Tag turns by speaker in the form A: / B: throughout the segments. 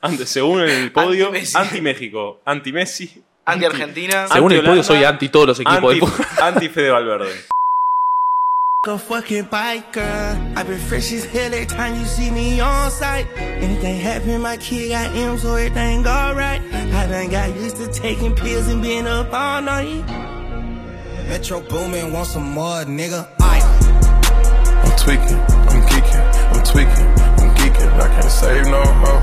A: Ante- según el podio,
B: Anti-Messi.
A: anti-México, anti-Messi,
B: Anti Argentina.
A: Sí.
C: Según el podio,
A: Holanda,
C: soy anti todos los equipos del fútbol.
A: anti- anti-Fede Valverde.
D: a fucking biker. I been fresh as hell every time you see me on site. Anything happen, my kid got M, so everything alright. I done got used to taking pills and being up all night. Metro booming, want some more, nigga. Ice.
E: I'm tweaking, I'm geeking, I'm tweaking, I'm geeking. I can't save no hoe.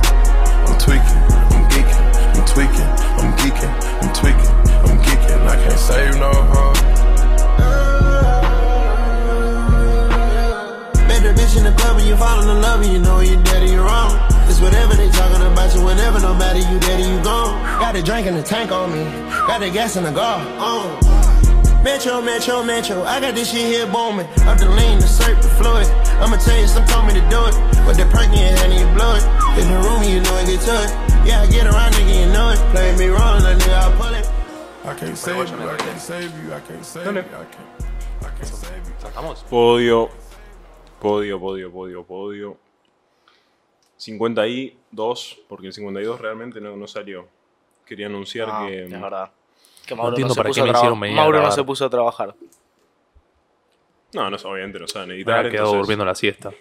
E: I'm tweaking, I'm geeking, I'm tweaking, I'm geeking, I'm tweaking, I'm geeking. I can't save no hoe.
F: Met the bitch in the club and you fall in love and you know you daddy you wrong. It's whatever they talking about you, whenever no matter you daddy you gone. Got a drink in the tank on me, got the gas in the car. Oh. Metro, Metro, Metro, I got this shit here booming. Up the lean, the surf, the fluid. I'ma tell you, some told me to do it. But the perky and honey, you blow it. In the room, you know it get to it. Yeah, I get around, nigga, you know it. Play me wrong, little nigga, I pull it.
E: I can't save you, I can't save you, I can't save you, I can't, I can't save you.
C: Sacamos.
A: Podio, podio, podio, podio, podio. 52, porque el 52 realmente no, no salió. Quería anunciar
B: Ah,
A: que.
B: es verdad. Que Mauro
C: entiendo
B: no se
C: para
B: puso
C: qué
B: a
C: me
B: traba-
C: hicieron venir a
B: Mauro no
C: grabar.
B: se puso a trabajar.
A: No, no, obviamente no saben
C: Me había
A: editar.
C: quedado
A: entonces-
C: durmiendo la siesta.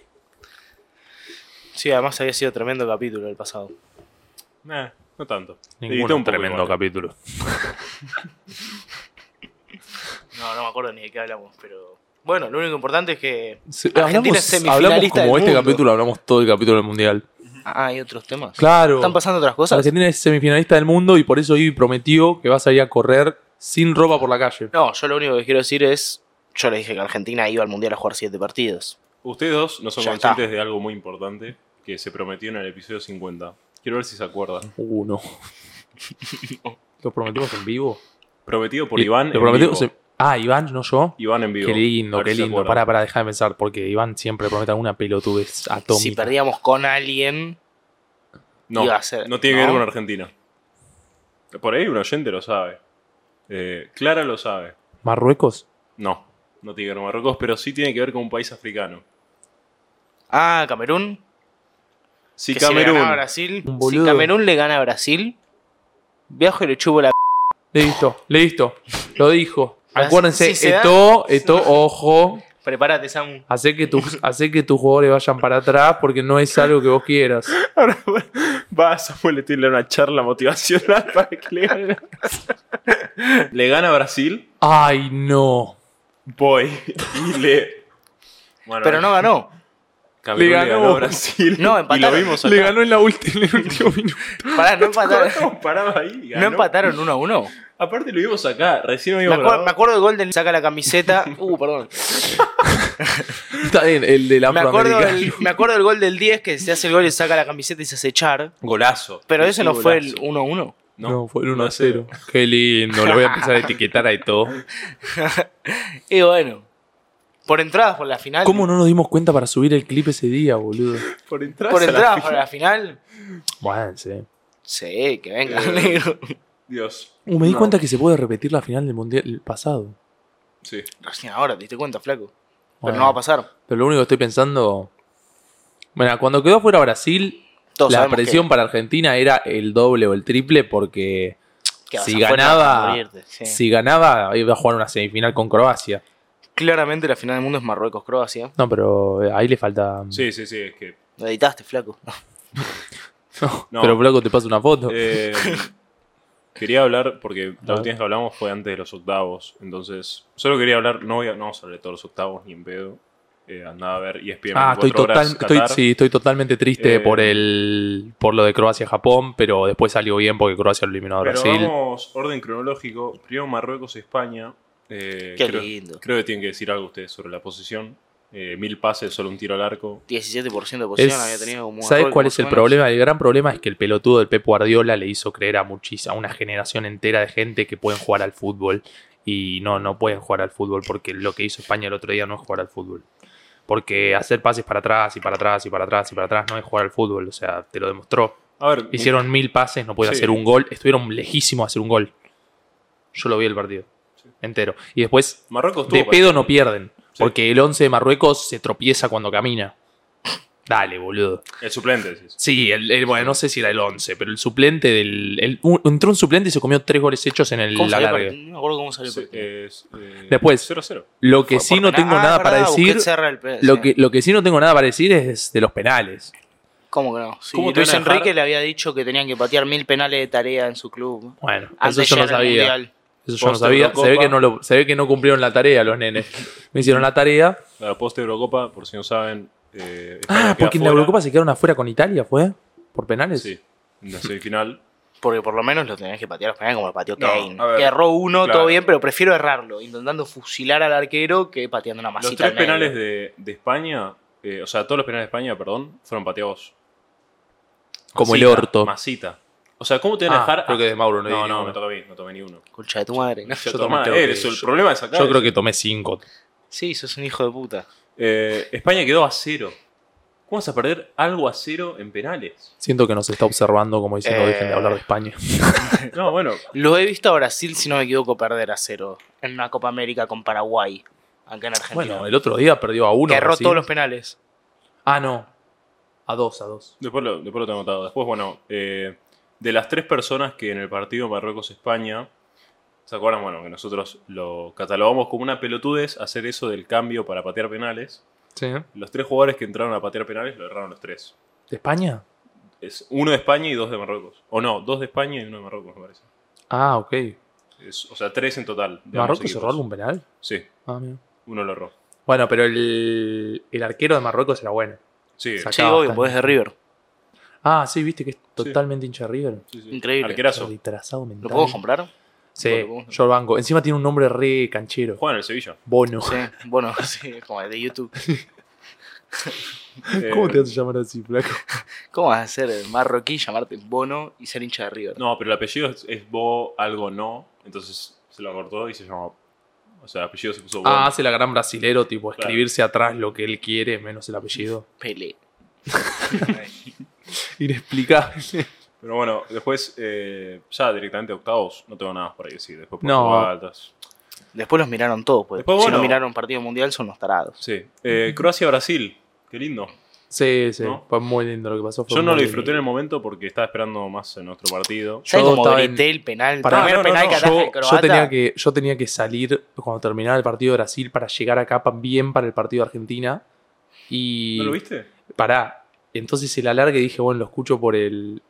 B: Sí, además había sido tremendo capítulo el pasado.
A: Nah, no tanto. Edité
C: Ningún
A: un poco
C: tremendo
A: igual.
C: capítulo.
B: No, no me acuerdo ni de qué hablamos, pero. Bueno, lo único importante es que.
C: Sí,
B: Argentina es semifinalista
C: hablamos como
B: del
C: este
B: mundo.
C: capítulo, hablamos todo el capítulo del mundial.
B: Ah, hay otros temas.
C: Claro.
B: ¿Están pasando otras cosas?
C: Argentina es semifinalista del mundo y por eso Ibi prometió que va a salir a correr sin ropa por la calle.
B: No, yo lo único que quiero decir es. Yo les dije que Argentina iba al mundial a jugar siete partidos.
A: Ustedes dos no son
B: Ya
A: conscientes de algo muy importante que se prometió en el episodio 50. Quiero ver si se acuerdan.
C: Uh, no. ¿Lo prometimos en vivo?
A: Prometido por
C: Y-
A: Iván.
C: Lo
A: en
C: prometimos
A: vivo.
C: en- Ah, Iván, no yo.
A: Iván en vivo.
C: Qué lindo,
A: A ver
C: qué
A: si se
C: lindo.
A: acuerdan.
C: Pará, pará, deja de pensar, porque Iván siempre promete alguna pelotudez atómica.
B: Si perdíamos con alguien.
A: No,
B: Iba a ser-
A: no tiene que ver
B: ¿no?
A: con Argentina. Por ahí un oyente lo sabe. Eh, Clara lo sabe.
C: ¿Marruecos?
A: No, no tiene que ver con Marruecos, pero sí tiene que ver con un país africano.
B: Ah, Camerún.
A: Si
B: que Si le
A: Camerún.
B: ganaba a Brasil.
C: Un
B: Si
C: boludo.
B: Camerún le gana a Brasil. Viajo y le chupo la.
C: Listo, listo. Lo dijo.
B: Brasil,
C: Acuérdense,
B: si se da-
C: Eto, Eto, ojo.
B: Prepárate, Sam.
C: Hace que, tus, hace que tus jugadores vayan para atrás porque no es algo que vos quieras.
A: Ahora va a Samuel Etienne le da una charla motivacional para que le gane. le gana a Brasil,
C: Ay, no.
A: voy y le. Bueno,
B: Pero no ganó.
A: Camerún
C: Le
A: le
C: ganó.
A: ganó, a Brasil.
B: No,
A: y lo
B: empataron.
A: vimos acá.
C: Le ganó en, la ulti- en el último minuto.
B: Pará, no empataron.
A: No, paraba ahí. y
B: No
A: ganó.
B: empataron 1 a 1.
A: Aparte lo vimos acá, recién lo
B: Me,
A: vimos.
B: acuer-
A: grabado.
B: me acuerdo de Golden saca la camiseta. Uh, perdón.
C: Está bien, el del
B: Me acuerdo,
C: afroamericano.
B: del, me acuerdo del gol del 10 que se hace el gol y saca la camiseta y se hace echar.
A: Golazo.
B: Pero
A: Sí,
B: ese no fue el
A: golazo.
B: 1-1.
C: No, fue el 1 a 0. Qué lindo, lo voy a empezar a etiquetar a Eto.
B: Y bueno, por entradas por la final.
C: ¿Cómo no nos dimos cuenta para subir el clip ese día, boludo?
A: Por entradas.
B: Por
A: a la
B: entradas
A: fija.
B: por la final.
C: Bueno, sí.
B: Sí, que venga,
A: Eh.
B: negro.
A: Dios.
C: Uh, me di
A: No.
C: cuenta que se puede repetir la final del mundial el pasado.
A: Sí.
B: Recién ahora, te diste cuenta, flaco. Pero
C: Bueno.
B: no va a pasar.
C: Pero lo único que estoy pensando. Bueno, cuando quedó fuera Brasil,
B: Todos
C: la
B: sabemos
C: presión para Argentina era el doble o el triple porque
B: que- que vas
C: si
B: afuera,
C: ganaba-
B: a morirte, sí.
C: si ganaba iba a jugar una semifinal con Croacia.
B: Claramente la final del mundo es Marruecos-Croacia.
C: No, pero eh, ahí le falta.
A: Sí, sí, sí, es que.
B: Lo editaste, flaco.
A: No.
C: Pero Flaco te pasa una foto.
A: Eh, quería hablar, porque
C: A
A: la
C: ver.
A: última vez que hablamos fue antes de los octavos. Entonces, solo quería hablar, no, voy a, no vamos a hablar de todos los octavos ni en pedo. Eh, andaba a ver ESPN.
C: ah, estoy,
A: 24 horas,
C: total, estoy,
A: Qatar.
C: sí, estoy totalmente triste
A: Eh,
C: por el por lo de Croacia-Japón, pero después salió bien porque Croacia lo eliminó a
A: Pero
C: Brasil.
A: vamos, orden cronológico. Primero Marruecos, España. Eh,
B: Qué
A: creo,
B: lindo.
A: creo que tienen que decir algo ustedes sobre la posición. Eh, mil pases, solo un tiro al arco.
B: 17% de posición
C: Es-
B: había tenido como
C: ¿Sabes
B: Marruecos,
C: cuál
B: más
C: es
B: o
C: el
B: menos.
C: problema? El gran problema es que el pelotudo del Pep Guardiola le hizo creer a muchísima, a una generación entera de gente que pueden jugar al fútbol. Y no, no pueden jugar al fútbol porque lo que hizo España el otro día no es jugar al fútbol. Porque hacer pases para atrás y para atrás y para atrás y para atrás no es jugar al fútbol. O sea, te lo demostró.
A: A ver,
C: Hicieron mil pases, no pueden
A: Sí.
C: hacer un gol. Estuvieron lejísimos de hacer un gol. Yo lo vi el partido entero. Y después,
A: Marruecos tuvo
C: de
A: para-
C: pedo no pierden. Porque el 11 de Marruecos se tropieza cuando camina. Dale, boludo.
A: El suplente, decís.
C: Sí, el, el- bueno, no sé si era el 11, pero el suplente del. el- un- entró un suplente y se comió tres goles hechos en el
B: ¿Cómo salió el
C: alargue.
B: partido? No me acuerdo cómo salió el
A: Sí,
B: partido.
A: es, eh,
C: Después.
A: 0-0.
C: Lo que
B: Fue
C: sí
B: por
C: no
B: penal.
C: tengo
B: Ah,
C: nada para
B: verdad,
C: decir.
B: Busquets cerra el pe-
C: Lo
B: sí.
C: que, lo que sí no tengo nada para decir es de los penales.
B: ¿Cómo que no? Sí,
A: ¿Cómo te
B: Luis
A: van a dejar?
B: Enrique le había dicho que tenían que patear mil penales de tarea en su club.
C: Bueno,
B: Antes
C: eso yo
B: de
C: no
B: llegar al
C: sabía.
B: Mundial.
C: Eso yo no
A: Post
C: sabía. Se ve,
A: Eurocopa.
C: que no lo- se ve que no cumplieron la tarea los nenes. Me hicieron la tarea.
A: La post Eurocopa, por si no saben. eh, España
C: Ah,
A: queda
C: porque en la
A: fuera.
C: Eurocopa se quedaron afuera con Italia, ¿fue? ¿Por penales?
A: Sí, en la semifinal.
B: Porque por lo menos lo tenés que patear los penales como lo pateó
A: No,
B: Kane.
A: a ver,
B: que erró uno,
A: claro.
B: todo bien, pero prefiero errarlo, intentando fusilar al arquero que pateando una
A: Los
B: masita.
A: tres
B: al medio.
A: penales de, de España, eh, o sea, todos los penales de España, perdón, fueron pateados.
C: Como
A: Masita,
C: el orto.
A: Masita. O sea, ¿cómo te van a
C: Ah,
A: dejar?
C: creo que de Mauro
A: No,
C: no di
A: no,
C: ninguno.
A: me toca a mí, no tomé ni uno.
B: Concha de tu madre.
A: Yo
C: también
A: tomé,
C: creo
A: eh,
C: que-
A: eso, el
C: yo-
A: problema es acá.
C: Yo creo que tomé cinco.
B: Sí, sos un hijo de puta.
A: Eh, España quedó a cero. ¿Cómo vas a perder algo a cero en penales?
C: Siento que nos está observando como diciendo,
B: Eh.
C: dejen de hablar de España.
A: No, bueno,
B: Lo he visto a Brasil, si no me equivoco, perder a cero en una Copa América con Paraguay, acá en Argentina.
C: Bueno, el otro día perdió a uno.
B: que erró
C: Brasil.
B: todos los penales.
C: Ah, no. A dos, a dos.
A: Después lo, después lo tengo anotado. Después, bueno, eh, de las tres personas que en el partido Marruecos-España, ¿se acuerdan? Bueno, que nosotros lo catalogamos como una pelotudez hacer eso del cambio para patear penales.
C: Sí.
A: Los tres jugadores que entraron a patear penales lo erraron los tres.
C: ¿De España?
A: Es uno de España y dos de Marruecos. O no, dos de España y uno de Marruecos, me parece.
C: Ah, ok.
A: Es- o sea, tres en total. de ambos
C: ¿Marruecos
A: equipos.
C: erró algún penal?
A: Sí,
C: Ah, mira.
A: uno lo erró.
C: Bueno, pero el, el arquero de Marruecos era bueno.
A: Sí,
C: Exacto.
B: Sí,
C: Acá
B: obvio,
C: bastante.
B: porque es de River.
C: Ah, sí, viste que es totalmente hincha de River.
A: sí, sí.
B: Increíble.
A: Arquerazo.
C: Retrasado mental.
B: ¿Lo podemos comprar?
C: Sí,
B: Lo podemos-
C: yo lo banco. Encima tiene un nombre re canchero.
A: Juega en el Sevilla.
C: Bono.
B: Sí, bueno, sí, como el de YouTube.
A: Eh,
C: ¿Cómo te vas a llamar así, flaco?
B: ¿Cómo vas a ser marroquí, llamarte Bono y ser hincha de River?
A: No, pero el apellido es, es Bo algo no, entonces se lo acortó y se llamó. O sea, el apellido se puso Bo.
C: Ah, hace la gran brasilero, tipo,
A: Claro.
C: escribirse atrás lo que él quiere, menos el apellido.
B: Pele.
C: Inexplicable.
A: Pero bueno, después, eh, ya directamente octavos, no tengo nada más para decir. Después
C: No.
A: Portugal, tas-
B: Después los miraron todos, pues.
A: Después,
B: Si
A: bueno.
B: no miraron partido mundial, son los tarados.
A: Sí. Eh, Croacia-Brasil, qué lindo.
C: Sí, sí.
A: ¿No?
C: Fue muy lindo lo que pasó. fue
A: Yo no
C: muy
A: lo disfruté en
C: lindo.
A: el momento porque estaba esperando más en nuestro partido.
B: ¿Sabes
C: Yo
B: cómo
C: estaba en-
B: grité el penal?
C: Pará,
B: primer
A: no, no,
B: penal
A: no,
B: que ataja
C: yo,
B: el
C: yo
B: croata.
C: tenía que, yo tenía que salir cuando terminaba el partido de Brasil para llegar acá pa- bien para el partido de Argentina. Y
A: ¿No lo viste?
C: pará. Entonces el alargue dije, bueno, lo escucho por el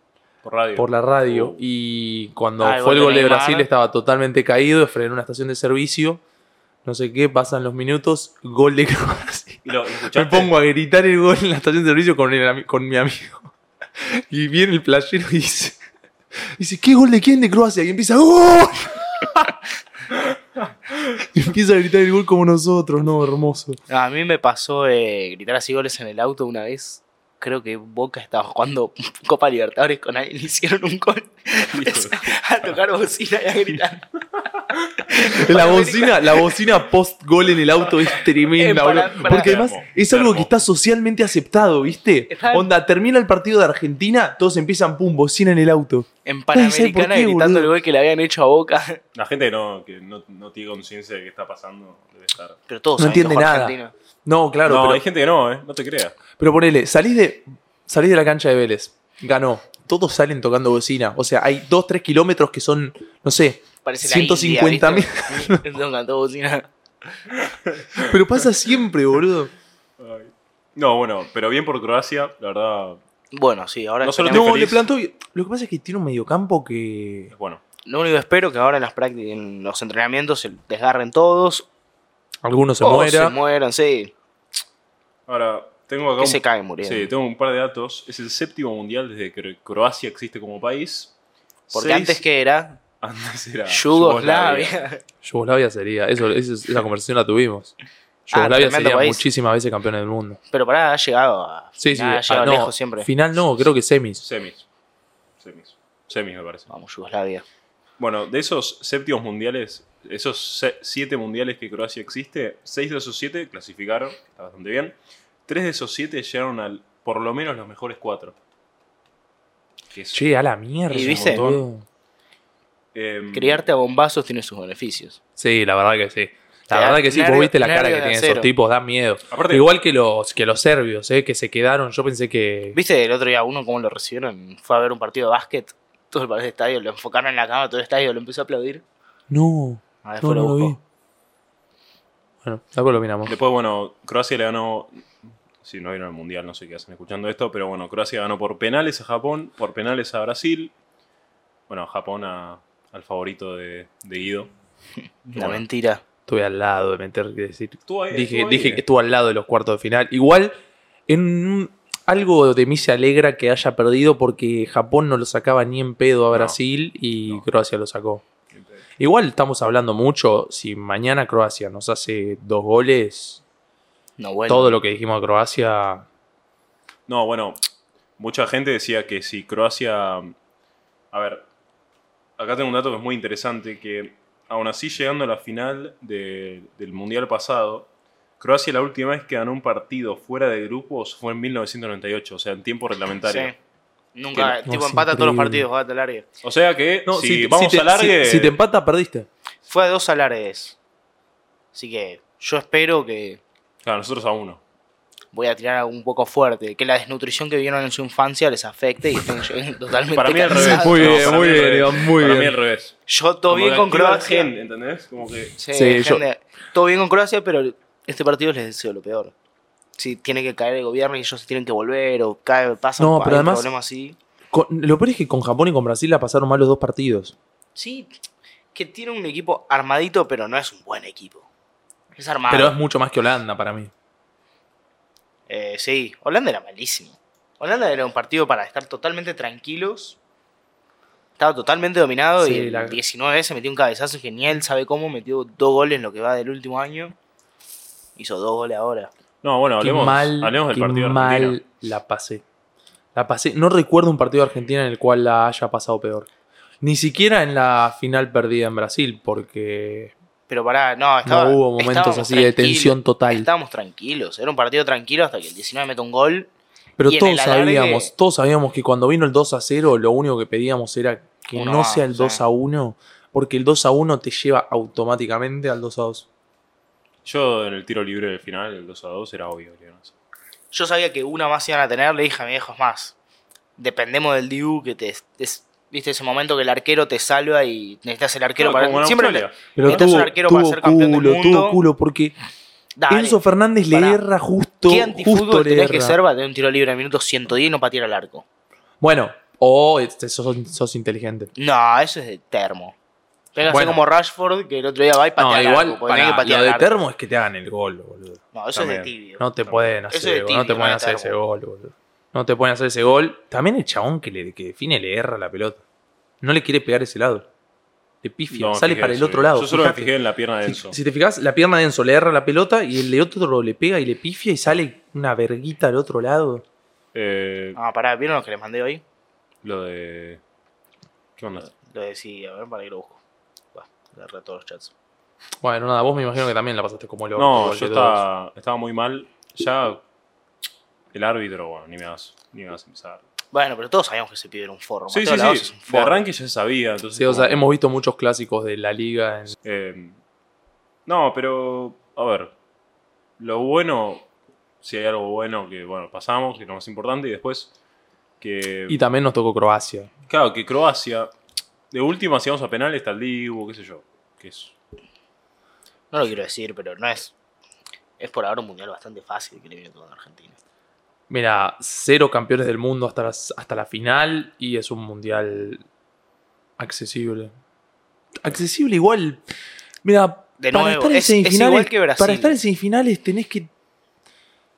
A: Por radio.
C: por la radio.
A: Oh.
C: Y cuando
B: Ah, el
C: fue el
B: gol
C: gol
B: de
C: de
B: Neymar.
C: Brasil estaba totalmente caído, frené en una estación de servicio. No sé qué, pasan los minutos, gol de Croacia.
A: ¿Y lo, lo
C: Me
A: escuchaste?
C: pongo a gritar el gol en la estación de servicio con, el ami- con mi amigo. Y viene el playero y dice, dice, ¿qué gol de quién de Croacia? Y empieza, ¡gol! y empieza a gritar el gol como nosotros, no, hermoso.
B: No, a mí me pasó eh, gritar así goles en el auto una vez. Creo que Boca estaba jugando Copa Libertadores con alguien. Le hicieron un gol. a tocar bocina y a gritar.
C: La bocina, la bocina post gol en el auto es
B: Eh,
C: tremenda,
B: para-
C: boludo.
B: para-
C: Porque además
A: Termo,
C: es algo
A: termo.
C: que está socialmente aceptado, ¿viste?
B: Está-
C: Onda, termina el partido de Argentina, todos empiezan pum, bocina en el auto.
B: En
C: ¿sabes por
B: Panamericana
C: qué,
B: gritando el
C: boludo?
B: gol que le habían hecho a Boca.
A: La gente que no, que no, no tiene conciencia de qué está pasando debe estar.
B: Pero todos
C: No
B: saben que
C: entiende
B: juega
C: nada.
B: Argentina.
C: No, claro,
A: no,
C: pero,
A: hay gente que no, ¿eh? No te creas.
C: pero ponele, salís de, salís de la cancha de Vélez, ganó. Todos salen tocando bocina. O sea, hay 2-3 kilómetros que son, no sé,
B: Parece
C: 150 mil.
B: No cantó bocina.
C: Pero pasa siempre, boludo.
A: Ay. No, bueno, pero bien por Croacia, la verdad,
B: Bueno, sí, ahora
A: No solo
B: esperemos-
A: tengo-
C: No,
A: feliz.
C: le plantó. bien. Lo que pasa es que tiene un mediocampo que.
A: es bueno.
B: Lo único que espero que ahora en las prácticas, en los entrenamientos, se desgarren todos.
C: Algunos se
B: o
C: muera.
B: Oh, se mueran, sí.
A: Ahora, tengo acá un-
B: Que se caen muriendo.
A: Sí, tengo un par de datos. Es el séptimo mundial desde que Croacia existe como país.
B: Porque
A: Seis-
B: antes que era
A: Antes era Yugoslavia.
B: Yugoslavia.
C: Yugoslavia sería. Eso, eso- esa conversación la tuvimos.
B: Ah,
C: Yugoslavia
B: tremendo
C: sería
B: país.
C: muchísimas veces campeona del mundo.
B: Pero pará, ha llegado a.
C: Sí, sí.
B: Ha
C: ah,
B: llegado
C: no,
B: lejos siempre.
C: Final no, creo que semis.
A: Semis. Semis. Semis, me parece.
B: Vamos, Yugoslavia.
A: Bueno, de esos séptimos mundiales, esos se- siete mundiales que Croacia existe, seis de esos siete clasificaron, está bastante bien. Tres de esos siete llegaron al, por lo menos, los mejores cuatro. Que es-
C: Che, a la mierda.
B: ¿Y viste?
C: boludo.
A: em,
B: Criarte a bombazos tiene sus beneficios.
C: Sí, la verdad que sí. La
B: Te da
C: verdad que sí, vos
B: nervio-
C: viste la cara que
B: nervios de
C: tienen
B: acero.
C: esos tipos, dan miedo.
A: Aparte-
C: Igual que los, que los serbios, eh, que se quedaron. Yo pensé que.
B: ¿Viste el otro día uno cómo lo recibieron? Fue a ver un partido de básquet, todo el partido estadio, lo enfocaron en la cama, todo el estadio lo empezó a aplaudir.
C: No,
B: Ah,
C: no,
B: después
C: no
B: lo
C: lo vi.
B: busco.
C: Bueno, después lo miramos.
A: Después, bueno, Croacia le ganó. Si no vieron el mundial, no sé qué hacen escuchando esto, pero bueno, Croacia ganó por penales a Japón, por penales a Brasil. Bueno, Japón a- al favorito de, de Guido.
B: Una
A: Bueno.
B: mentira.
C: Estuve al lado de meter, de decir.
A: Estuvo ahí,
C: dije
A: estuvo ahí,
C: dije
A: eh.
C: que estuvo al lado de los cuartos de final. Igual, en un- algo de mí se alegra que haya perdido porque Japón no lo sacaba ni en pedo a
A: No,
C: Brasil y
A: no.
C: Croacia lo sacó. Igual estamos hablando mucho. Si mañana Croacia nos hace dos goles,
B: No, bueno.
C: todo lo que dijimos de Croacia.
A: No, bueno, mucha gente decía que si Croacia. A ver, acá tengo un dato que es muy interesante: que aún así, llegando a la final de- del mundial pasado, Croacia la última vez que ganó un partido fuera de grupos fue en 1998, o sea, en tiempo
B: Sí.
A: reglamentario.
B: Nunca,
C: No,
B: tipo,
C: es
B: empata todos los
C: increíble.
B: partidos, va a largue.
A: O sea que
C: No,
A: si,
C: te-
A: vamos
C: te-
A: a largue.
C: si- si te empata, perdiste.
B: Fue a dos alargues. Así que yo espero que
A: Claro, nosotros a uno.
B: voy a tirar algo un poco fuerte. Que la desnutrición que vivieron en su infancia les afecte y estén llegando totalmente
A: Para mí al
B: cansados.
A: revés.
C: Muy
A: No,
C: bien,
A: para
C: muy
A: mí al
C: bien,
A: revés.
C: Iván, muy
A: Para mí
C: bien.
A: al revés.
B: Yo todo
A: Como
B: bien
A: que
B: con
A: activa el
B: Croacia.
A: gen, ¿entendés? Como que.
B: Sí,
C: Sí, yo-
B: gente, todo bien con Croacia, pero este partido les deseo lo peor. Si tiene que caer el gobierno y ellos se tienen que volver o cae, pasa
C: No,
B: un
C: pero
B: hay
C: además-
B: problema así.
C: Con- lo peor es que con Japón y con Brasil la pasaron mal los dos partidos.
B: Sí, que tiene un equipo armadito, pero no es un buen equipo. Es armado.
C: Pero es mucho más que Holanda para mí.
B: Eh, sí, Holanda era malísimo. Holanda era un partido para estar totalmente tranquilos. Estaba totalmente dominado
C: Sí,
B: y el
C: la-
B: 19 se metió un cabezazo genial, sabe cómo, metió dos goles en lo que va del último año. Hizo dos goles ahora.
A: No, bueno, hablemos,
C: qué mal,
A: hablemos del
C: qué
A: partido
C: mal
A: argentino.
C: la pasé. La pasé. No recuerdo un partido de Argentina en el cual la haya pasado peor. Ni siquiera en la final perdida en Brasil, porque
B: Pero pará, no, estaba,
C: no hubo momentos
B: estábamos
C: así de
B: tranquilos,
C: tensión total.
B: Estábamos tranquilos, era un partido tranquilo hasta que el 19 mete un gol.
C: Pero
B: y en
C: todos
B: el alargue-
C: sabíamos, todos sabíamos que cuando vino el 2 a 0, lo único que pedíamos era que
B: Uno
C: no
B: más,
C: sea el
B: sí.
C: 2 a 1, porque el 2 a 1 te lleva automáticamente al 2 a 2.
A: Yo en el tiro libre del final, el 2 a 2, era obvio. que íbamos a-
B: Yo sabía que una más iban a tener, le dije a mi viejo, es más. Dependemos del Dibu que te, es- viste ese momento que el arquero te salva y necesitas el arquero
A: Claro,
B: para
A: como en
B: siempre
A: Australia.
C: Pero
B: necesitas
C: tuvo,
B: un arquero para
C: tuvo
B: ser campeón
C: culo,
B: del mundo.
C: tuvo culo, porque
B: Dale.
C: Enzo Fernández le
B: Pará.
C: erra justo,
B: ¿Qué
C: justo
B: antifútbol
C: le
B: tenés que
C: erra.
B: ser para tener un tiro libre en minuto 110 y no patear al arco?
C: Bueno, oh, este, sos, sos inteligente.
B: No, eso es de termo. Tenés que
C: Bueno.
B: hacer como Rashford, que el otro día va y patea
C: No,
B: al
C: igual,
B: arco. porque tenés
C: pará,
B: que patear
C: lo de
B: al arco.
C: termo es que te hagan el gol, boludo.
B: No, eso
A: También.
B: es de tibio.
C: No te pueden
B: Eso es
C: hacer,
B: de
C: no te
B: tibio,
C: pueden
B: no de
C: hacer ese
B: termo.
C: gol, boludo. No te pueden hacer ese gol. También el chabón que, le, que define le erra la pelota. No le quiere pegar ese lado. Le pifia,
A: No me
C: sale
A: fijé
C: para el
A: eso,
C: otro
A: yo-
C: lado.
A: Yo solo me
C: fijate.
A: fijé en la pierna de Enzo.
C: Si te fijas, la pierna de Enzo le erra la pelota y el de otro le pega y le pifia y sale una verguita al otro lado.
A: Eh,
B: Ah, pará, ¿vieron lo que les mandé hoy?
A: Lo de. ¿Qué onda?
B: Lo de sí, a ver, para que lo busco. Va, agarré todos los chats.
C: Bueno, nada, vos me imagino que también la pasaste como el orto,
A: No,
C: igual
A: yo
C: que todos.
A: estaba, estaba muy mal. Ya. El árbitro, bueno, ni me vas, ni me vas a empezar.
B: Bueno, pero todos sabíamos que ese pibe era un forro.
A: Sí,
B: Mateo
A: sí,
B: Laos es
A: sí.
B: un
A: De
B: forro.
A: arranque ya se sabía. Entonces
C: Sí, o sea,
A: como-
C: hemos visto muchos clásicos de la liga. en-
A: Eh, no, pero, a ver, lo bueno, si hay algo bueno que, bueno, pasamos, que es lo más importante, y después que,
C: Y también nos tocó Croacia.
A: claro, que Croacia, de última, si vamos a penales, está el Dibu, qué sé yo, que es,
B: No lo quiero decir, pero no es. Es por ahora un mundial bastante fácil que le viene todo a Argentina.
C: Mira, cero campeones del mundo hasta, las- hasta la final y es un mundial accesible. Accesible igual. Mira,
B: De
C: para,
B: nuevo,
C: estar en
B: es- es
C: semifinales,
B: igual que Brasil.
C: para estar en semifinales tenés que.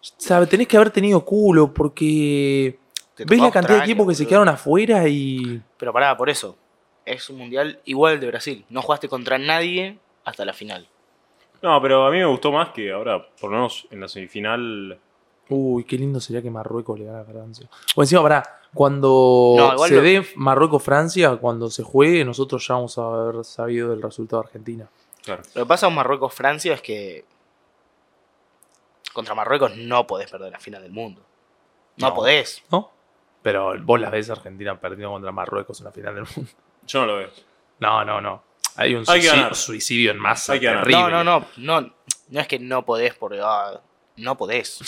C: sabe, Tenés que haber tenido culo porque.
B: Te
C: ¿Ves
B: tocó
C: la cantidad de
B: Australia,
C: equipos que se
B: boludo.
C: quedaron afuera y.
B: Pero pará, por eso. Es un mundial igual al de Brasil. No jugaste contra nadie hasta la final.
A: no, pero a mí me gustó más que ahora, por lo menos en la semifinal,
C: Uy, qué lindo sería que Marruecos le gane a Francia. O encima, pará, cuando
B: No, igual
C: se
B: lo-
C: dé Marruecos-Francia, cuando se juegue, nosotros ya vamos a haber sabido del resultado de Argentina.
A: claro,
B: Lo que pasa con Marruecos-Francia es que. Contra Marruecos no podés perder la final del mundo. No,
C: No.
B: podés.
C: ¿No? Pero vos las ves a Argentina perdiendo contra Marruecos en la final del mundo.
A: yo no lo veo.
C: No, no, no. Hay un
A: Hay que
C: suicidio,
A: ganar.
C: suicidio en masa.
A: Hay que ganar.
C: terrible.
B: No, no, no, no. No es que no podés porque ah, no podés.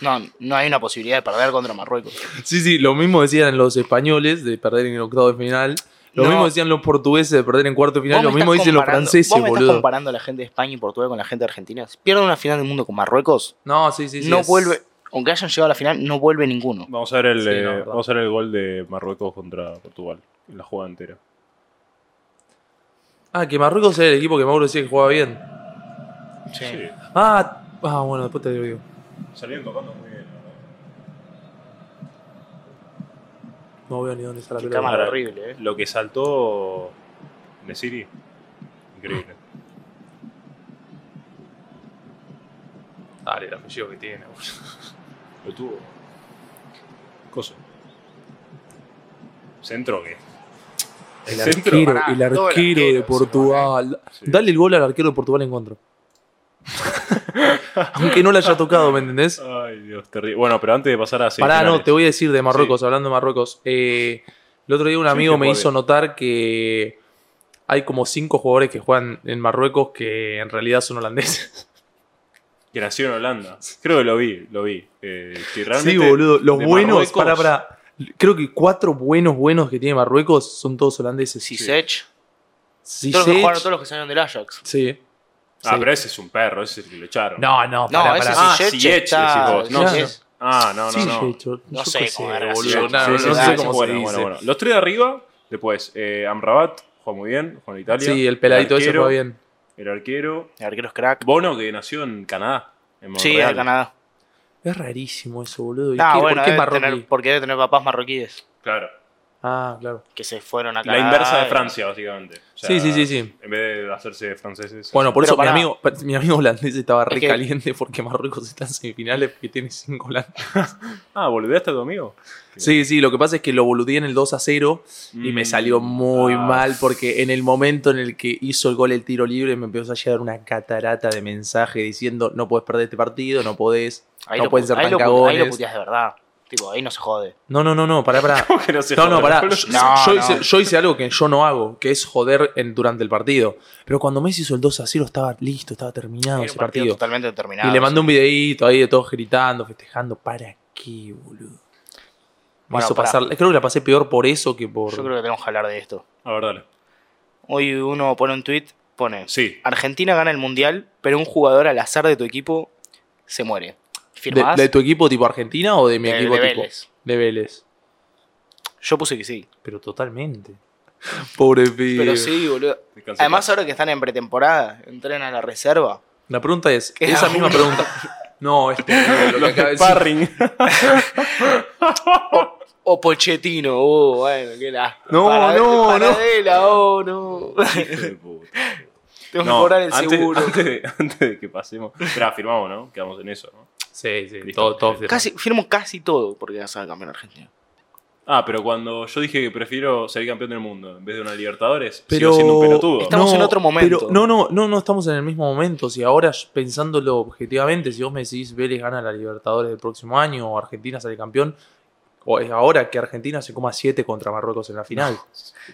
B: No, no hay una posibilidad de perder contra Marruecos.
C: Sí, sí, lo mismo decían los españoles de perder en el octavo de final. Lo
B: No.
C: mismo decían los portugueses de perder en cuarto de final.
B: Vos
C: Lo
B: me
C: mismo
B: estás
C: dicen los
B: comparando-
C: franceses,
B: vos me estás
C: boludo.
B: comparando a la gente de España y Portugal con la gente de Argentina. Si pierden una final del mundo con Marruecos,
C: No, sí, sí, sí.
B: no
C: es-
B: vuelve. Aunque hayan llegado a la final, no vuelve ninguno.
A: Vamos a ver el,
C: Sí, no,
A: eh,
C: verdad.
A: vamos a ver el gol de Marruecos contra Portugal. En la jugada entera.
C: Ah, que Marruecos era el equipo que Mauro decía que jugaba bien.
A: Sí.
C: Ah, ah bueno, después te lo digo.
A: Salieron tocando muy bien. la verdad.
C: No veo ni dónde está la
B: Qué
C: pelota.
B: cámara
A: Ahora,
B: horrible, eh.
A: Lo que saltó Nesiri. Increíble.
C: Dale, el apellido que tiene, boludo.
A: Lo tuvo. Coso. Centro que. El
C: El
A: centro.
C: arquero,
B: pará,
C: el
B: todo el
C: arquero de
B: arquero se
C: Portugal.
A: Sí.
C: Dale el gol al arquero de Portugal en contra. Aunque no le haya tocado, ¿me entendés?
A: Ay, Dios, terrible. Bueno, pero antes de pasar a
C: Pará, no,
A: semifinales.
C: te voy a decir de Marruecos, hablando de Marruecos. eh, el otro día un
A: Sí,
C: amigo
A: que
C: me
A: juega
C: hizo
A: bien.
C: notar que hay como cinco jugadores que juegan en Marruecos que en realidad son holandeses.
A: Que nació en Holanda. Creo que lo vi, lo vi. Eh, si
C: Sí,
A: realmente
C: boludo. Los
A: de
C: buenos,
A: Marruecos-
C: pará, pará. Creo que cuatro buenos buenos que tiene Marruecos son todos holandeses.
B: Si Sech.
C: Sí,
B: Todos los que
C: sí.
B: jugaron, todos los que salieron del Ajax.
C: Sí.
A: Ah,
C: Sí.
A: pero ese es un perro, ese es el que lo echaron.
C: No, no,
B: No,
C: pará,
B: ese
C: pará.
B: es
A: Ah,
B: Si Sech
A: si Yech,
B: está-
A: decís vos. No,
C: Claro.
A: si- Ah, no, no,
C: Sí,
A: no.
C: sí, yo-
B: No
C: yo
B: sé
C: qué
B: cómo era,
C: boludo.
A: Sí,
B: Yo-
C: No,
A: sí, sí,
C: no sé
A: sí,
C: cómo
A: sí,
C: se
A: bueno,
C: dice.
A: bueno, bueno. Los tres de arriba, después eh, Amrabat, juega muy bien, juega en Italia.
C: Sí, el peladito
A: El
C: ese
A: arquero,
C: fue bien.
A: El arquero.
B: El arquero es crack.
A: Bono, que nació en Canadá. En
B: Sí, es
A: Montreal.
B: de Canadá.
C: Es rarísimo eso, boludo. ¿Y
B: Ah,
C: qué-
B: bueno,
C: ¿Por qué
B: debe
C: marroquí?
B: tener- porque debe tener papás marroquíes
A: Claro.
C: Ah, claro.
B: que se fueron a
A: La
B: Canadá eh.
A: inversa de
B: y-
A: Francia, básicamente. O sea,
C: Sí, sí, sí, sí.
A: En vez de hacerse franceses.
C: Bueno, por
B: Pero
C: eso mi
B: pará.
C: amigo, mi amigo holandés estaba re
B: que-
C: caliente porque Marruecos está en semifinales porque tiene cinco holandeses.
A: Ah, ¿volveaste a tu amigo?
C: Sí, sí, lo que pasa es que lo boludeé en el 2 a 0 y me
A: Mm,
C: salió muy
A: ah.
C: mal porque en el momento en el que hizo el gol el tiro libre me empezó a llegar una catarata de mensajes diciendo no podés perder este partido, no podés,
B: Ahí
C: no
B: lo
C: pueden
B: pu-
C: ser
B: ahí
C: tan
B: lo pu- Ahí lo
C: cagones.
B: puteas de verdad. Tipo, ahí no se jode.
C: No, no, no, no, pará, pará.
A: Que no, se
C: No, no,
A: joda.
C: pará.
A: Pero-
C: Yo,
B: No,
C: yo
B: no.
C: Hice, yo hice algo que yo no hago, que es joder en, durante el partido. Pero cuando Messi hizo el 2 a 0 estaba listo, estaba terminado
B: Era
C: ese
B: un partido
C: partido.
B: totalmente determinado.
C: y le mandé un videíto ahí de todos gritando, festejando. ¿Para qué, boludo? Me
B: Bueno,
C: hizo
B: pará.
C: pasar, creo que la pasé peor por eso que por...
B: Yo creo que tenemos que hablar de esto.
A: A ver, dale.
B: Hoy uno pone un tweet, pone,
A: Sí.
B: Argentina gana el Mundial, pero un jugador al azar de tu equipo se muere.
C: de,
B: ¿Firmás?
C: de tu equipo tipo Argentina o de mi
B: De-
C: equipo
B: de
C: tipo
B: Vélez.
C: de Vélez?
B: Yo puse que sí.
C: Pero totalmente. Pobre pibe.
B: Pero sí, boludo.
A: te cansé.
B: Además, ahora que están en pretemporada, entrenan a la reserva.
C: La pregunta es,
B: Queda
C: esa misma
B: uno.
C: pregunta. No, este lo que acaba de decir.
A: Sparring.
B: O Pochettino, oh, bueno, qué la.
C: No, no,
B: no. oh, no.
A: Hijo de puta.
B: Tengo que
A: No,
B: cobrar el
A: antes,
B: seguro.
A: Antes de, antes de que pasemos. Espera, firmamos, ¿no? Quedamos en eso, ¿no?
C: Sí, sí,
A: Listo.
C: todo, todo firmado.
B: Casi, firmo casi todo porque ya sabe campeón argentino.
A: Ah, pero cuando yo dije que prefiero ser campeón del mundo en vez de una Libertadores,
C: Pero
A: sigo siendo un pelotudo.
B: Estamos en otro momento.
C: pero- no, no, no, no estamos en el mismo momento. Si ahora pensándolo objetivamente, si vos me decís Vélez gana la Libertadores del próximo año o Argentina sale campeón, o es ahora que Argentina se coma 7 contra Marruecos en la final.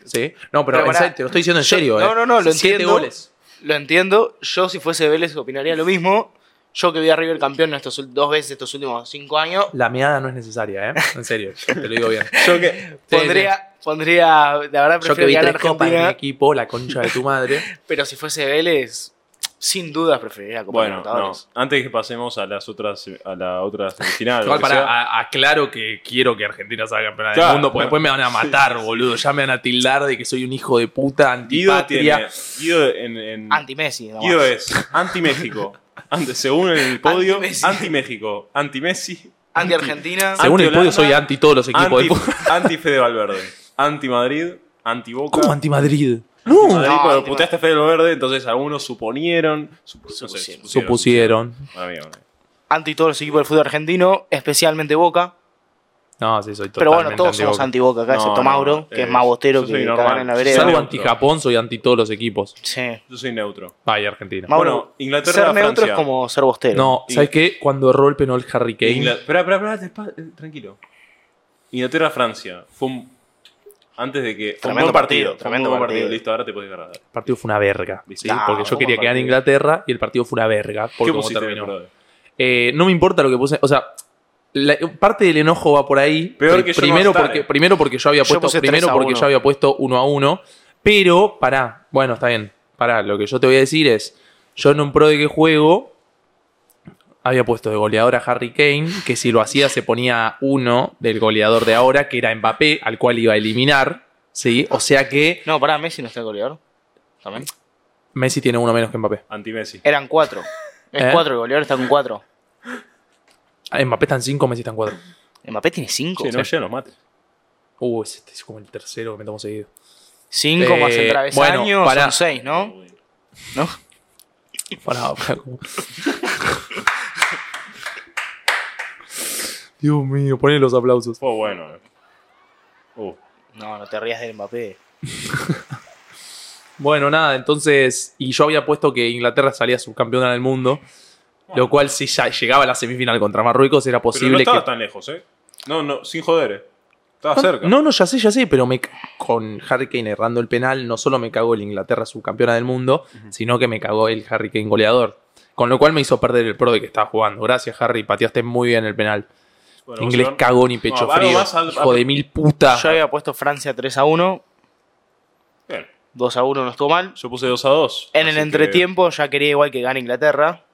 C: ¿Sí? No,
B: Pero
C: pero, en
B: pará.
C: serio, te lo estoy diciendo en
B: Yo-
C: serio.
B: no,
C: eh.
B: no, no, lo
C: Siete
B: entiendo.
C: goles.
B: Lo entiendo. Yo, si fuese Vélez, opinaría lo mismo. Yo que vi a River campeón estos, ul- dos veces estos últimos cinco años,
C: La meada no es necesaria, ¿eh? En serio, te lo digo bien.
A: Yo que.
C: Sí,
B: pondría, pondría. La verdad,
C: Yo que
B: prefiero
C: vi
B: que gane
C: tres copas en mi
B: Argentina.
C: equipo, la concha de tu madre.
B: Pero si fuese Vélez, sin dudas preferiría Copa
A: Bueno, no.
B: Libertadores.
A: Antes que pasemos a las otras a la otra semifinal.
C: Igual
A: lo que
C: para,
A: sea.
C: a- aclaro que quiero que Argentina salga campeona del
A: Claro,
C: mundo,
A: bueno.
C: porque después me van a matar, boludo. Ya me van a tildar de que soy un hijo de puta
A: Guido
C: antipatria.
A: tiene. Guido en. en-
B: Anti-Messi, nomás.
A: Guido es anti-México. Ante- según el podio,
B: Anti-Messi.
A: anti-México, anti-Messi,
B: Anti-Argentina.
C: Según el podio,
A: anti-Holanda,
C: soy anti todos los equipos
A: anti-
C: de fútbol.
A: anti-Fede Valverde, anti-Madrid, anti-Boca.
C: ¿Cómo anti Madrid? No.
A: Madrid,
B: No,
A: cuando
B: anti-
A: puteaste a Fede Valverde, entonces algunos suponieron. sup- no sé, Ah,
B: Supusieron.
C: Supusieron.
A: Bueno, amigo, bueno.
B: Anti todos los equipos del fútbol argentino, especialmente Boca.
C: No, sí, soy totalmente
B: Pero bueno, todos somos
C: anti.
B: anti-Boca acá,
A: No,
B: excepto
A: no,
B: Mauro, que
A: eh,
B: es más bostero
A: yo
B: que
A: soy normal.
B: cagar en la vereda.
C: Salvo
A: Neutro.
C: anti Japón, soy anti todos los equipos.
B: Sí.
A: Yo soy neutro.
C: Ay, Argentina.
B: Mauro,
A: Bueno, Inglaterra,
B: ser neutro
A: Francia.
B: es como ser bostero.
C: No,
A: Y-
C: ¿sabes qué? Cuando erró el penal Harry Kane.
A: Inglaterra, espera, espera, espera, despa- eh, tranquilo. Inglaterra-Francia. Fue un antes de que. fue un
B: Tremendo
A: buen
B: partido,
A: fue un
B: tremendo
A: buen
B: partido.
A: Listo, ahora te podés ganar.
C: El partido fue una verga. ¿sí?
B: No,
C: Porque yo
A: ¿cómo
C: quería
A: el
C: quedar en
A: partido?
C: Inglaterra y el partido fue una verga por
A: ¿Qué
C: cómo
A: pusiste en el
C: terminó.
A: programa?
C: Eh, no me importa lo que puse. O sea, la- parte del enojo va por ahí.
A: Peor
C: Pri-
A: que yo no
C: primero,
A: estar,
C: porque,
A: eh.
C: primero porque yo había
B: Yo
C: puesto.
B: puse
C: primero
B: 3 a
C: porque
B: 1.
C: yo había puesto 1 a 1. Pero, pará. Bueno, está bien. Pará. Lo que yo te voy a decir es. Yo en un pro de que juego. Había puesto de goleador a Harry Kane, que si lo hacía se ponía uno del goleador de ahora, que era Mbappé, al cual iba a eliminar. ¿sí? O sea que
B: No, pará, Messi no está el goleador. También.
C: Messi tiene uno menos que Mbappé.
A: Anti-Messi.
B: Eran cuatro. Es
C: ¿Eh?
B: cuatro, el goleador está con cuatro.
C: Ah, Mbappé están cinco, Messi están cuatro.
B: Mbappé tiene cinco.
A: Che, no, ya nos mate.
C: Uh, este es como el tercero que me tomo seguido.
B: Cinco
C: Eh,
B: más el travesaño
C: bueno,
B: son
C: pará.
B: seis, ¿no? ¿No?
C: Pará, pará, como- Dios mío, ponen los aplausos.
A: Fue bueno. eh. Uh,
B: No, no te rías del Mbappé.
C: Bueno, nada, entonces. Y yo había puesto que Inglaterra salía subcampeona del mundo. Lo cual, si ya llegaba a la semifinal contra Marruecos, era
A: pero no
C: posible
A: estaba
C: que.
A: tan lejos, ¿eh? No, no, sin joder, eh. Estaba cerca.
C: No, no, ya sé, ya sé, pero me, ca- con Harry Kane errando el penal, no solo me cagó el Inglaterra subcampeona del mundo, sino que me cagó el Harry Kane goleador. Con lo cual me hizo perder el pro de que estaba jugando. Gracias, Harry, pateaste muy bien el penal.
A: Bueno, vos,
C: Inglés
A: Iván,
C: cagón y pecho
A: No, algo
C: frío.
A: más al-
C: Hijo de mil puta.
B: Yo había puesto Francia 3 a 1.
A: bien.
B: 2 a 1 no estuvo mal.
A: Yo puse 2 a 2.
B: En el entretiempo ya quería igual que gane Inglaterra.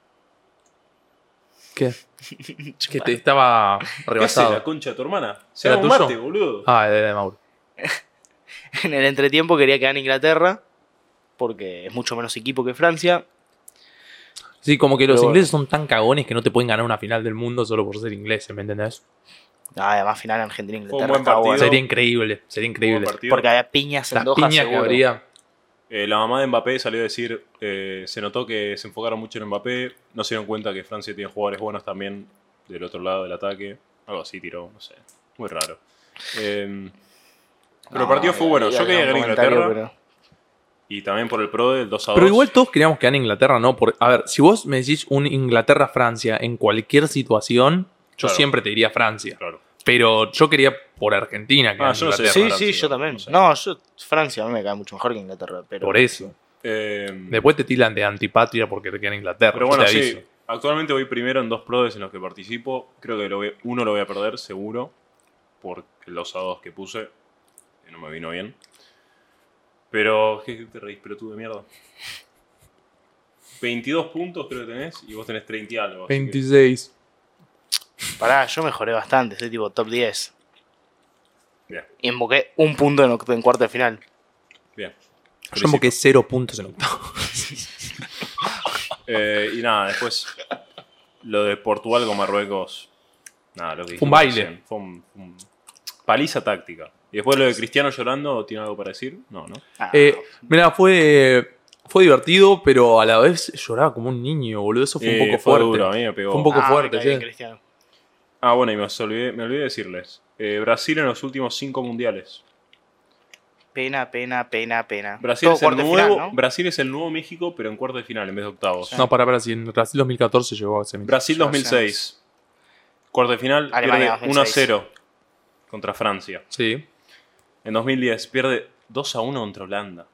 C: ¿Qué? que te estaba
A: ¿Qué hace la
C: rebasado.
A: concha de tu hermana? Se
C: ¿Era
A: da un
C: tuyo?
A: mate, boludo.
C: Ah, de, de Mauro.
B: En el entretiempo quería que gane Inglaterra. Porque es mucho menos equipo que Francia.
C: Sí, como que los
B: Pero bueno.
C: ingleses son tan cagones que no te pueden ganar una final del mundo solo por ser ingleses, ¿me entendés?
B: No, Ah, además final Argentina-Inglaterra.
A: Fue un buen
B: estaba
A: partido.
B: bueno.
C: Sería increíble, sería increíble.
A: Buen partido.
B: Porque había piñas en
C: Las
B: Doha
C: piñas que
B: seguro.
C: habría.
A: Eh, la mamá de Mbappé salió a decir, eh, se notó que se enfocaron mucho en Mbappé, no se dieron cuenta que Francia tiene jugadores buenos también del otro lado del ataque, algo así tiró, no sé, muy raro. Eh, pero el partido
B: No,
A: fue bueno,
B: Ah, había
A: yo quería
B: algún
A: ganar
B: comentario,
A: Inglaterra
B: pero-
A: y también por el pro del 2 a 2.
C: Pero igual todos queríamos que gane Inglaterra, ¿no? Por, a ver, si vos me decís un Inglaterra-Francia en cualquier situación, yo
A: Claro.
C: siempre te diría Francia.
A: Claro.
C: Pero yo quería por Argentina que
A: Ah,
C: gane
A: yo no sé.
C: Inglaterra.
B: Sí,
A: Francia,
B: sí, yo también.
A: no sé.
B: No, yo, Francia a mí me cae mucho mejor que Inglaterra. Pero
C: Por eso.
A: Eh,
C: Después te tiran de antipatria porque te queda Inglaterra.
A: pero
C: yo
A: bueno,
C: te
A: sí,
C: aviso.
A: actualmente voy primero en dos prodes en los que participo, creo que lo voy- uno lo voy a perder seguro, por el 2 a 2 que puse, que no me vino bien. Pero, ¿qué te reís, tú de mierda? 22 puntos creo que tenés y vos tenés 30 y algo. así que-
C: 26.
B: pará, yo mejoré bastante. Soy tipo top 10.
A: Bien,
B: Y invoqué un punto en, oct- en cuarto de final.
A: bien.
C: Yo invoqué cero puntos en octavo.
A: Eh, y nada, después lo de Portugal con Marruecos. Nada, lo que
C: Fue un
A: dijimos
C: baile.
A: recién, Fue un, un- paliza táctica. Y después lo de Cristiano llorando, ¿tiene algo para decir? No, ¿no?
B: Ah,
C: Eh, mira, fue, fue divertido, pero a la vez lloraba como un niño, boludo. Eso fue un
A: Eh,
C: poco
A: fue
C: fuerte.
A: duro, a mí me pegó.
C: Fue un poco
B: ah, me
C: fuerte,
B: cae bien
C: sí.
B: Cristiano.
A: Ah, bueno, y me os olvidé, me olvidé decirles. Eh, Brasil en los últimos cinco mundiales.
B: Pena, pena, pena, pena.
A: Brasil
B: Todo
A: es, el
B: cuarto de
A: nuevo,
B: final, ¿no?
A: Brasil es el nuevo México, pero en cuarto de final en vez de octavos.
C: No, para Brasil. En Brasil 2014 llegó a semifinal.
A: Brasil 2006. Cuarto de final,
B: Alemania,
A: pierde 1 a
B: 2006.
A: 0 contra Francia.
C: Sí.
A: En 2010 pierde 2 a 1 contra Holanda.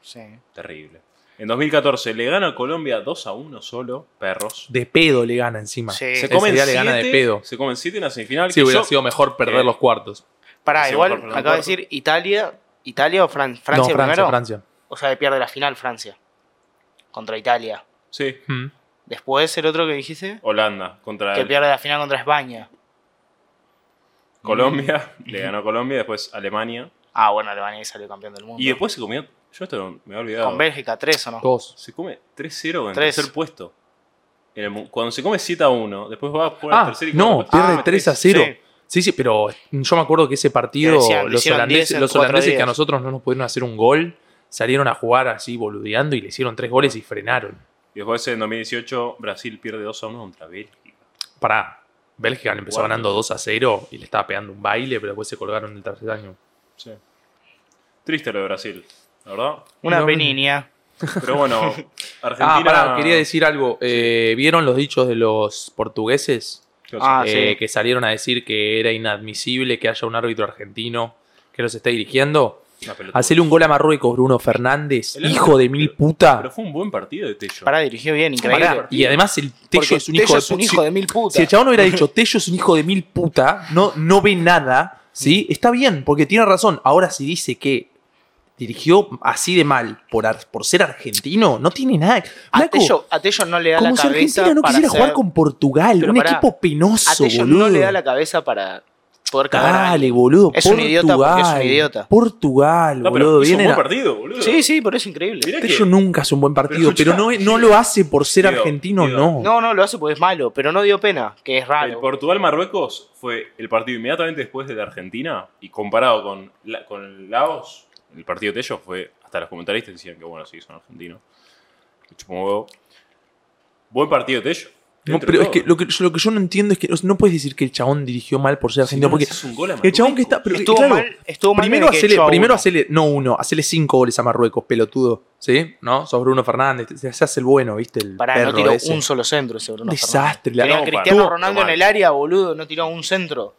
B: Sí.
A: Terrible. En 2014 le gana a Colombia 2 a 1 solo, perros.
C: De pedo le gana encima.
B: Sí.
C: Ese
A: Se comen
C: día
A: 7
C: le gana de pedo.
A: Se comen 7 en la semifinal.
C: Sí,
A: que
C: hubiera
A: yo-
C: sido mejor perder
A: Eh,
C: los cuartos.
B: Pará,
A: Sí,
B: igual
A: mejor, pero no
B: acabo de
A: importa.
B: decir Italia, Italia o Fran- Francia
C: no, Francia,
B: primero.
C: Francia.
B: O sea, pierde la final Francia contra Italia.
A: Sí,
C: Mm.
B: Después el otro que dijiste,
A: Holanda contra
B: que pierde la final contra España.
A: Colombia. Le ganó a Colombia, después Alemania.
B: Ah, bueno, Alemania salió campeón del mundo.
A: Y después se comió. Yo esto no- me había olvidado.
B: con Bélgica 3 o no.
C: Ah, Dos.
A: Se come 3-0 en el
B: Tres.
A: tercer puesto. En el mu- cuando se come 7 a 1 después va a jugar al
C: Ah,
A: tercer y
C: no,
A: cuarto.
C: pierde
B: Ah,
C: 3 a
B: sí.
C: 0. Sí, sí, pero yo me acuerdo que ese partido,
B: Que decían, le
C: los
B: hicieron 10
C: holandeses,
B: en
C: los
B: cuatro
C: holandeses que a
B: días.
C: nosotros no nos pudieron hacer un gol, salieron a jugar así boludeando y le hicieron tres goles y frenaron.
A: Y después en 2018 Brasil pierde 2 a 1 contra Bélgica.
C: Pará, Bélgica le empezó
A: Cuartos.
C: ganando 2 a 0 y le estaba pegando un baile, pero después se colgaron del tercer año.
A: Sí. Triste lo de Brasil, la verdad.
B: Una
C: No,
B: peninia.
A: Pero bueno, Argentina.
C: Ah, pará, quería decir algo. Eh, ¿Vieron los dichos de los portugueses?
A: ¿Qué cosa?
B: Ah,
C: Eh,
B: sí.
C: Que salieron a decir que era inadmisible que haya un árbitro argentino, que que los está dirigiendo.
A: Una pelotuda.
C: Hacerle un gol a Marruecos, Bruno Fernández,
A: El
C: hijo de mil
A: Pero
C: puta.
A: fue un buen partido de Tello.
B: Pará, dirigió bien, increíble.
C: Pará, Y además el Tello
B: Porque
C: es un hijo de puta. Si-
B: mil putas.
C: Si el chabón hubiera dicho, Tello es un hijo de mil puta, no, no ve nada, ¿sí? Está bien, porque tiene razón. Ahora si dice que dirigió así de mal por, ar- por ser argentino, no tiene nada.
B: a,
C: Flaco,
B: Tello, a Tello no le da
C: como
B: la
C: si
B: cabeza.
C: Argentina no
B: para
C: quisiera
B: ser-
C: jugar con Portugal,
B: Pero
C: un
B: pará,
C: equipo
B: A
C: penoso,
B: Tello
C: boludo.
B: no le da la cabeza para poder cagar. a
C: Dale,
B: alguien.
C: boludo,
B: Es un
C: Portugal.
B: idiota porque es un idiota.
C: Portugal,
A: No, pero
C: boludo.
A: hizo un
C: Viene
A: buen
C: a-
A: partido, boludo.
B: Sí, sí, por eso increíble.
A: Mirá
C: Tello
A: que-
C: nunca es un buen partido, pero,
A: escuchá,
C: no, no lo hace por ser
A: Diego,
C: argentino,
A: Diego,
C: no.
B: No, no, lo hace porque es malo, pero no dio pena, que es
A: El
B: raro.
A: Portugal-Marruecos fue el partido inmediatamente después de la Argentina y comparado con, la- con Laos, el partido de ellos fue, hasta los comentaristas decían que bueno, sí, son argentinos. Me chupa un huevo. Buen partido de ellos.
C: No, pero es que lo, que yo lo que yo no entiendo es que o sea, no puedes decir que el chabón dirigió mal por ser argentino, porque
A: es un gol a
C: el chabón
A: Marruecos.
C: que está. pero,
B: Estuvo
C: claro,
B: mal, estuvo mal.
C: primero
B: desde que
C: hacele,
B: echó a
C: primero
B: uno.
C: hacele, no uno, hacele cinco goles a Marruecos, pelotudo. ¿Sí? ¿No? Sos Bruno Fernández, te- se hace el bueno, ¿viste? El
B: Pará,
C: perro
B: no tiró
C: ese.
B: un solo centro ese Bruno
C: Desastre,
B: Fernández.
C: la-
B: Tenía
A: no,
B: a
A: pará.
B: Cristiano
A: No,
B: Ronaldo en
A: normal.
B: el área, boludo, no tiró un centro.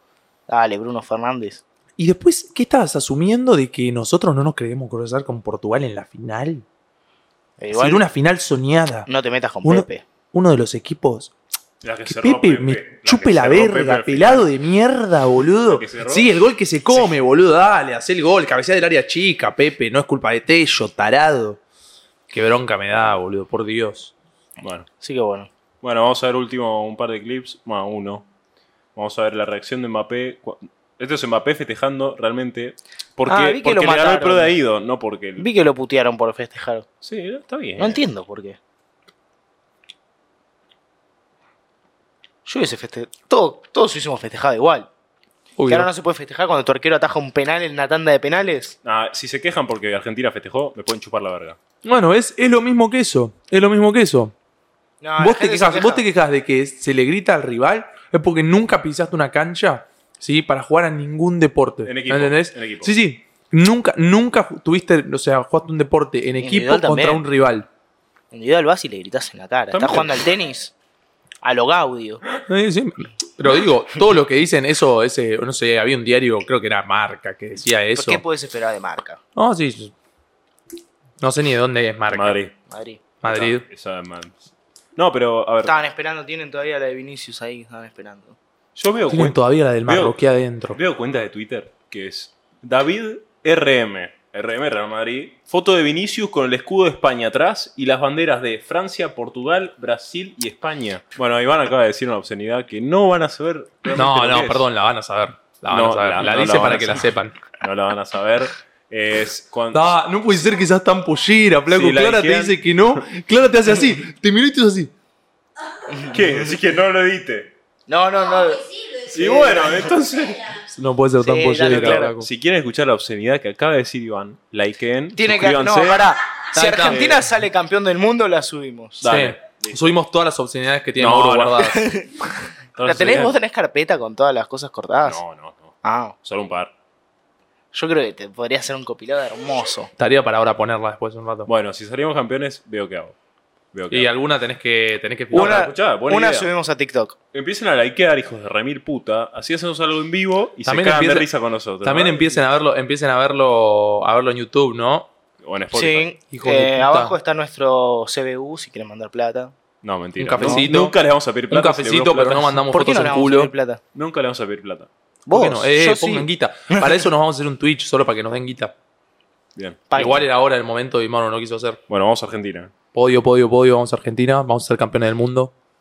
B: Dale, Bruno Fernández.
C: Y después, ¿qué estabas asumiendo de que nosotros no nos queremos cruzar con Portugal en la final?
B: Eh,
C: Si
B: Igual
C: era una final soñada.
B: no te metas con
C: Uno-
B: Pepe.
C: Uno de los equipos.
A: La que
C: Que
A: cerró
C: Pepe, me
A: que
C: chupe la
A: cerró Pepe
C: verga,
A: al final.
C: pelado de mierda, boludo.
A: Lo que cerró.
C: Sí, el gol que se come, boludo. Dale, hace el gol, cabecea del área chica, Pepe. No es culpa de Tello, tarado. Qué bronca me da, boludo, por Dios.
A: Bueno.
B: Así que bueno.
A: Bueno, vamos a ver último un par de clips, bueno, uno. Vamos a ver la reacción de Mbappé. cu- Esto es Mbappé festejando realmente porque,
B: Ah, vi que
A: porque
B: lo
A: le ganó el
B: mataron.
A: pro de Aido, no porque... el-
B: Vi que lo putearon por festejar.
A: Sí, está bien.
C: Eh.
B: No entiendo por qué. Yo hubiese festejado. Todos, todos hicimos festejado igual. Que ahora no se puede festejar cuando tu arquero ataja un penal en una tanda de penales.
A: Ah, si se quejan porque Argentina festejó, me pueden chupar la verga.
C: Bueno, es, es lo mismo que eso. Es lo mismo que eso.
B: No,
A: Ah,
B: la
C: vos, te
B: gente se
C: quejas,
B: queja.
C: vos te quejas de que se le grita al rival, es porque nunca pisaste una cancha, ¿sí? Para jugar a ningún deporte.
A: En equipo,
C: ¿Entendés?
A: en equipo.
C: Sí, sí. Nunca, nunca ju- tuviste, o sea, jugaste un deporte en equipo
B: Individual
C: contra
B: también.
C: un rival.
B: Individual vas y le gritas en la cara.
A: También.
B: Estás jugando al tenis. A lo Gaudio.
C: Sí, sí. Pero digo, todo lo que dicen, eso, ese, no sé, había un diario, creo que era Marca, que decía eso.
B: ¿Qué puedes esperar de marca?
C: No, sí, sí. No sé ni de dónde es Marca.
A: Madrid.
B: Madrid.
C: Madrid.
A: Esa- esa- man. No, pero a ver,
B: Estaban esperando, tienen todavía la de Vinicius ahí, que estaban esperando.
A: yo veo,
C: Tienen
A: cuenta
C: todavía la del
A: eh. Veo-
C: Marroquí adentro.
A: veo cuentas de Twitter que es David RM, RM Real Madrid, foto de Vinicius con el escudo de España atrás y las banderas de Francia, Portugal, Brasil y España. Bueno, Iván acaba de decir una obscenidad que no van a saber.
C: No,
A: realmente lo que
C: no,
A: es.
C: perdón, la van a saber. La van
A: No,
C: a saber.
A: la-
C: La,
A: no la
C: dice
A: van
C: para
A: a
C: que la
A: saber.
C: sepan.
A: No la van a saber. Es cuando
C: Da, Ah, no puede ser que seas tan pollera, flaco.
A: Sí, la
C: Clara te
A: dijeron.
C: dice que no. Clara te hace así. Te miró y te hizo así.
A: ¿Qué? Decís que no lo edite.
B: No, no, no.
A: Y bueno, entonces.
C: No puede ser tan
B: Sí,
C: pollera,
B: dale, Clara.
C: flaco.
A: Si quieren escuchar la obscenidad que acaba de decir Iván, likeen.
B: Tiene que. No,
A: suscríbanse.
B: pará. Si
C: Ahí está. eh.
B: Argentina sale campeón del mundo, la subimos.
C: Sí.
A: Dale. Listo.
C: Subimos todas las obscenidades que tiene
A: No,
C: Mauro
A: no.
C: guardadas.
B: ¿La tenés? ¿Vos tenés carpeta con todas las cosas cortadas?
A: eh, No, no, no.
B: Ah,
A: Solo un par.
B: yo creo que te podría hacer un copilado hermoso.
C: Estaría para ahora ponerla después de un rato.
A: Bueno, si salimos campeones, veo qué hago. Veo qué
C: Y
A: hago.
C: alguna tenés que, tenés que
A: No,
B: una
A: pero escuchá, buena
B: una
A: idea.
B: subimos a TikTok.
A: Empiecen a likear, hijos de remil puta. Así hacemos algo en vivo y
C: También
A: se cagan de
C: empieza-
A: risa con nosotros.
C: También
A: ¿no?
C: empiecen a verlo, empiecen a verlo, a verlo en YouTube, ¿no?
A: O en Spotify.
B: sí,
C: Hijo de
B: eh,
C: puta.
B: abajo está nuestro CBU si quieren mandar plata.
A: No, mentira.
C: Un cafecito.
A: No, nunca les vamos a pedir plata.
C: un
A: si le
C: cafecito,
A: pedimos
C: pero
A: plata-
C: no mandamos
B: ¿Por qué
C: fotos
B: no le
C: en
B: vamos a
C: culo.
B: pedir plata?
A: Nunca le vamos a pedir plata.
C: ¿Por
B: Vos,
C: qué no? Eh,
B: yo
C: pongan
B: sí.
C: guita. Para eso nos vamos a hacer un Twitch solo para que nos den guita.
A: Bien.
B: Pague.
C: Igual era ahora el momento y Mauro no quiso hacer.
A: Bueno, vamos a Argentina.
C: Podio, podio, podio, vamos a Argentina, vamos a ser campeones del mundo.